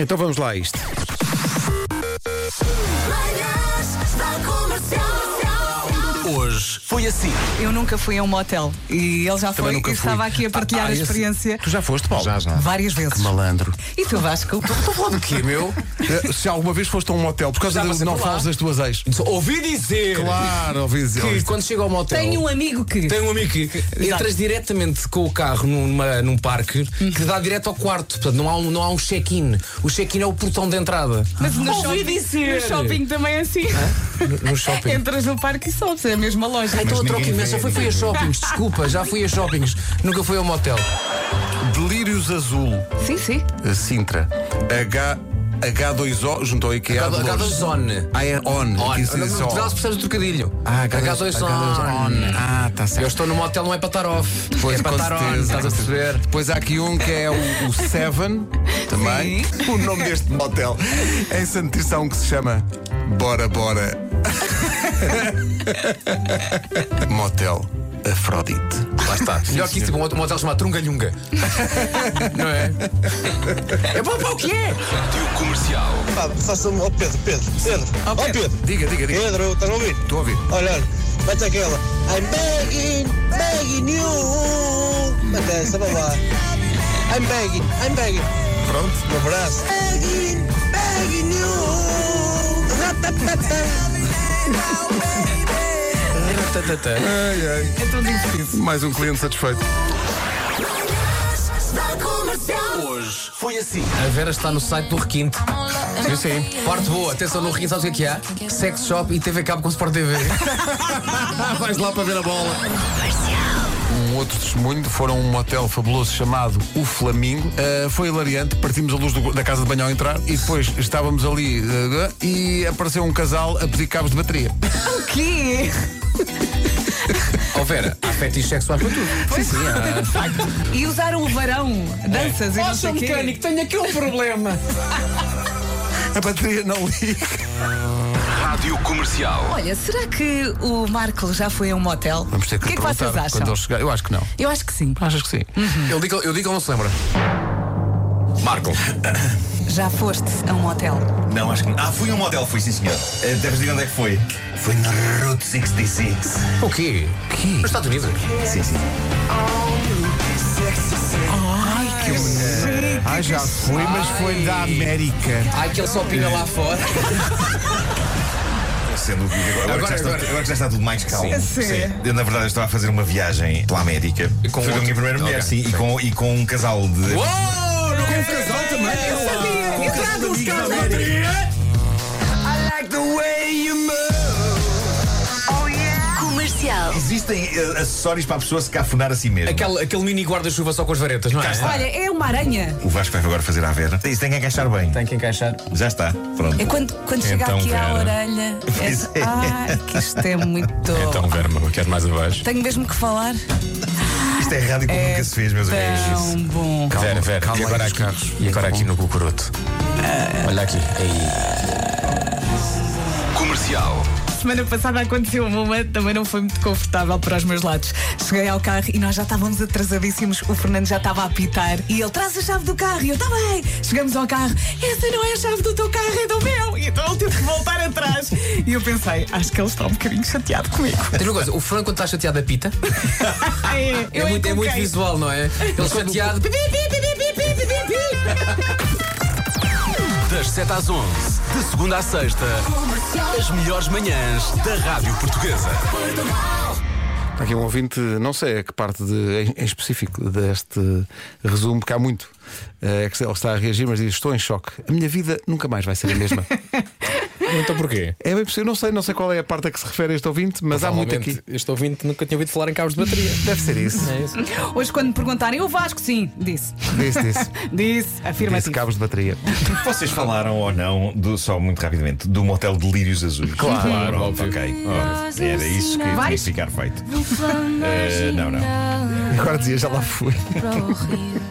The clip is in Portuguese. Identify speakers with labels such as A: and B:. A: Então vamos lá a isto.
B: Hoje foi assim.
C: Eu nunca fui a um motel e ele já
A: Também
C: foi
A: nunca
C: e
A: fui.
C: estava aqui a partilhar
A: Ah, ah,
C: a
A: esse-
C: experiência
A: Tu já foste, Paulo?
D: Já, já.
C: várias vezes.
A: Malandro.
C: E tu, Vasco?
A: O quê, meu? Eh, Se alguma vez foste a um motel por causa
B: Já
A: de
B: passei
A: não
B: por lá.
A: falas das tuas ex.
B: Ouvi dizer
A: Claro, ouvi dizer.
B: que
A: ouvi-
B: quando chega ao motel.
C: Tenho um amigo que.
B: Tem um amigo que entras diretamente com o carro numa, num parque
C: Uhum.
B: que dá direto ao quarto. Portanto, não há um, não há um check-in. O check-in é o portão de entrada.
C: Mas no
B: Ouvi
C: shopping,
B: dizer.
C: no shopping também é assim.
B: No, no shopping.
C: Entras no parque e sobes, é a mesma loja.
B: Ah, então eu
D: ninguém
B: troco imenso.
D: vê,
B: Eu fui, fui a shoppings, desculpa, já fui a shoppings. Nunca fui ao motel.
D: Delírios Azul,
C: Então, Sim, sim.
D: eh, Sintra. H, H2O, junto ao IKEA. de
B: Cada
D: Lourdes.
B: zone.
D: Ah, é on.
B: On.
D: Aqui se
B: No
D: diz on.
B: Portugal se percebes o trocadilho. H2 on.
D: Ah, tá
B: Eu
D: certo.
B: estou no motel, não é para estar off.
D: Pois,
B: é para
D: com
B: estar on,
D: certeza.
B: estás a perceber?
D: Depois há aqui um que é o, o Seven, também. O nome deste motel. Em Santos há um que se chama Bora Bora. motel Afrodite.
B: Lá está. Melhor que isso, tipo, um outro motel chamado Trungalhunga. não é? É bom para o que é?
E: Pá, faça-me. Ó Pedro, Pedro, Pedro. Ó Pedro.
D: Diga, diga, diga.
E: Pedro, estás a ouvir?
D: Estou a ouvir.
E: Olha, olha. Mete aquela. I'm begging, begging you. Mete essa, vá lá. I'm begging, I'm begging.
D: Pronto.
E: Um abraço. Begging, begging you. Ratatata.
D: Ai, ai. É tão difícil. Mais um cliente satisfeito.
B: Hoje foi assim. A Vera está no site do Requinte.
D: Sim, sim.
B: Parte boa, atenção no Requinte, sabes o que é que há? Sex Shop e TV Cabo com Sport TV.
D: Vais lá para ver a bola. Um outro testemunho foram a um motel fabuloso chamado O Flamingo. Uh, foi hilariante, partimos a luz do- da casa de banho ao entrar e depois estávamos ali uh, e apareceu um casal a pedir cabos de bateria.
C: O quê?
B: Ó Oh, Vera, há fetiches sexuais para tudo. Sim, sim, há.
C: E usaram o varão, danças e não sei o quê.
B: tenho aqui um problema.
D: A bateria não liga.
C: Olha, será que o Marco já foi a um motel?
D: Vamos ter que,
C: O que é que
D: perguntar
C: vocês acham?
D: quando ele chegar. Eu acho que não.
C: Eu acho que sim.
D: Achas que sim?
B: Uhum. Eu digo, eu digo, que ele não se lembra. Marco.
C: Já foste a um motel.
F: Não, acho que não. Ah, fui a um motel, fui, sim senhor. Eh, Deves dizer onde é que foi? Foi na Route 66.
B: O quê? Nos Estados Unidos.
F: Sim, sim.
D: Ah, já foi, mas foi da América.
B: Ai, que ele só pina lá fora.
F: Sendo o que agora, agora,
B: Agora,
F: que já está,
B: agora.
F: agora que já está tudo mais calmo.
C: Sim. Sim.
F: Eu, na verdade, eu estava a fazer uma viagem pela América.
B: E com
F: Foi com a
B: outro.
F: minha primeira mulher,
B: Ok.
F: sim, E, com, e com um casal de.
B: Uou!
D: Com o casal também.
F: Com um casal de amigos da América.
G: Comercial.
F: Existem eh, acessórios para a pessoa se cafunar a si mesma.
B: Aquele, aquele mini guarda-chuva só com as varetas, não é?
C: Olha, é uma aranha.
F: O Vasco vai agora fazer à Vera. Isso tem que encaixar bem.
B: Tem que encaixar.
F: Já está. Pronto.
C: É quando, quando chega
F: Então,
C: aqui à
F: Vera.
C: orelha.
F: Pois
C: é-
F: é.
C: Ai, que isto é muito.
F: Então.
B: Então, Vera, queres mais um abaixo?
C: Tenho mesmo que falar.
F: Isto é rádio como nunca se fez, meus
C: Então.
F: amigos.
C: Tão bom.
B: Vera, Vera,
D: calma
B: e
D: aí
B: agora
D: nos
B: aqui,
D: carros.
B: e agora aqui no cucuruto. Olha aqui, aí.
C: Semana passada aconteceu uma, também não foi muito confortável para os meus lados. Cheguei ao carro e nós já estávamos atrasadíssimos. O Fernando já estava a apitar e ele traz a chave do carro e eu está bem. Chegamos ao carro, essa não é a chave do teu carro, é do meu. Então ele teve que voltar atrás. E eu pensei, acho que ele está um bocadinho chateado comigo.
B: Diz uma coisa, o Franco quando está chateado apita.
C: É,
B: É
C: eu
B: muito, é muito
C: enconquei.
B: visual, não é? Ele chateado.
H: Das 7 às 11, de segunda à sexta, as melhores manhãs da Rádio Portuguesa.
D: Está aqui um ouvinte, não sei a que parte de- em- em específico deste resumo, porque há muito. eh, É que ele está a reagir, mas diz: Estou em choque. A minha vida nunca mais vai ser a mesma.
B: Então porquê?
D: é bem possível, não sei, não sei qual é a parte a que se refere este ouvinte, mas há muito aqui.
B: Este ouvinte nunca tinha ouvido falar em cabos de bateria.
D: Deve ser isso.
B: É isso.
C: Hoje, quando me perguntarem, o Vasco, sim, disse.
D: Disse, disse.
C: Disse,
D: Disse
C: afirmativo.
D: cabos de bateria.
F: Vocês falaram ou não, do, só muito rapidamente, do motel Delírios Azuis? Claro,
B: óbvio.
F: Ok. Era isso que tinha que
C: Vários.
F: ficar feito. Eh, não, não.
D: Agora dizia: Já lá fui.
I: É, Para o rio